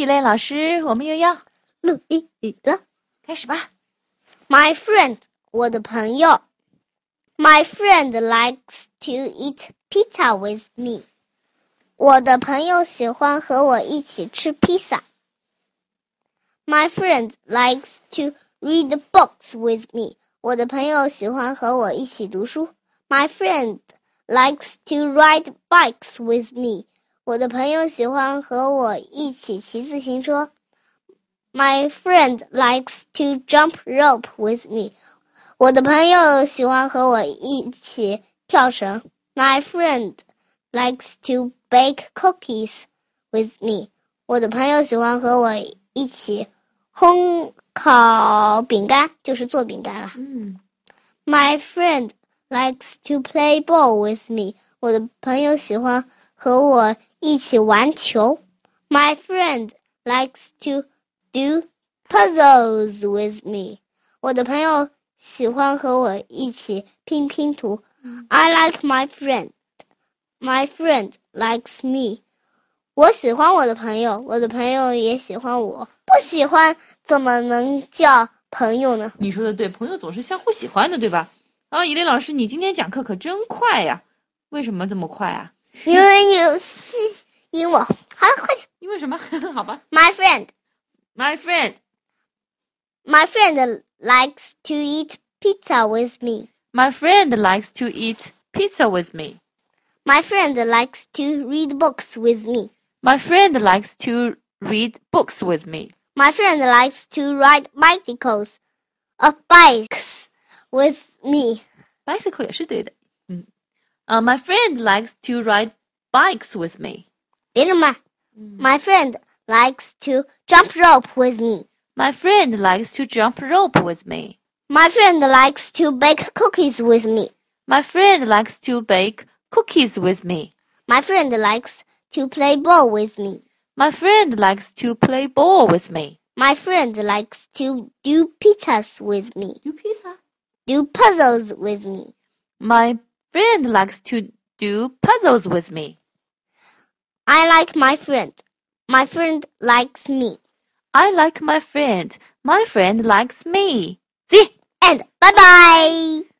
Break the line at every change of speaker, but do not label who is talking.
语类老师，我们又要
录英语了。
开始吧。
My friend，我的朋友。My friend likes to eat pizza with me。我的朋友喜欢和我一起吃披萨。My friend likes to read books with me。我的朋友喜欢和我一起读书。My friend likes to ride bikes with me。我的朋友喜欢和我一起骑自行车。My friend likes to jump rope with me。我的朋友喜欢和我一起跳绳。My friend likes to bake cookies with me。我的朋友喜欢和我一起烘烤饼干，就是做饼干了。
嗯
My friend likes to play ball with me。我的朋友喜欢和我一起玩球。My friend likes to do puzzles with me。我的朋友喜欢和我一起拼拼图。I like my friend. My friend likes me. 我喜欢我的朋友，我的朋友也喜欢我。不喜欢怎么能叫朋友呢？
你说的对，朋友总是相互喜欢的，对吧？啊，以磊老师，你今天讲课可真快呀！为什么这么快啊？
因为你吸引我。好了，快点。
因为什么？ 好吧
My friend.
，My friend,
My friend likes to eat pizza with me.
my friend likes to eat pizza with me.
My friend likes to read books with me.
My friend likes to read books with me.
My friend likes to ride bicycles, uh, bikes with me.
Bicycle 也是对的，嗯，呃、m y friend likes to ride bikes with me.
别人嘛 My friend likes to jump rope with me.
My friend likes to jump rope with me.
My friend likes to bake cookies with me.
My friend likes to bake cookies with me.
My friend likes to play ball with me.
My friend likes to play ball with me.
My friend likes to do pizzas with me.
Do pizza.
Do puzzles with me.
My friend likes to do puzzles with me.
I like my friend. My friend likes me.
I like my friend. My friend likes me. See?
And bye bye.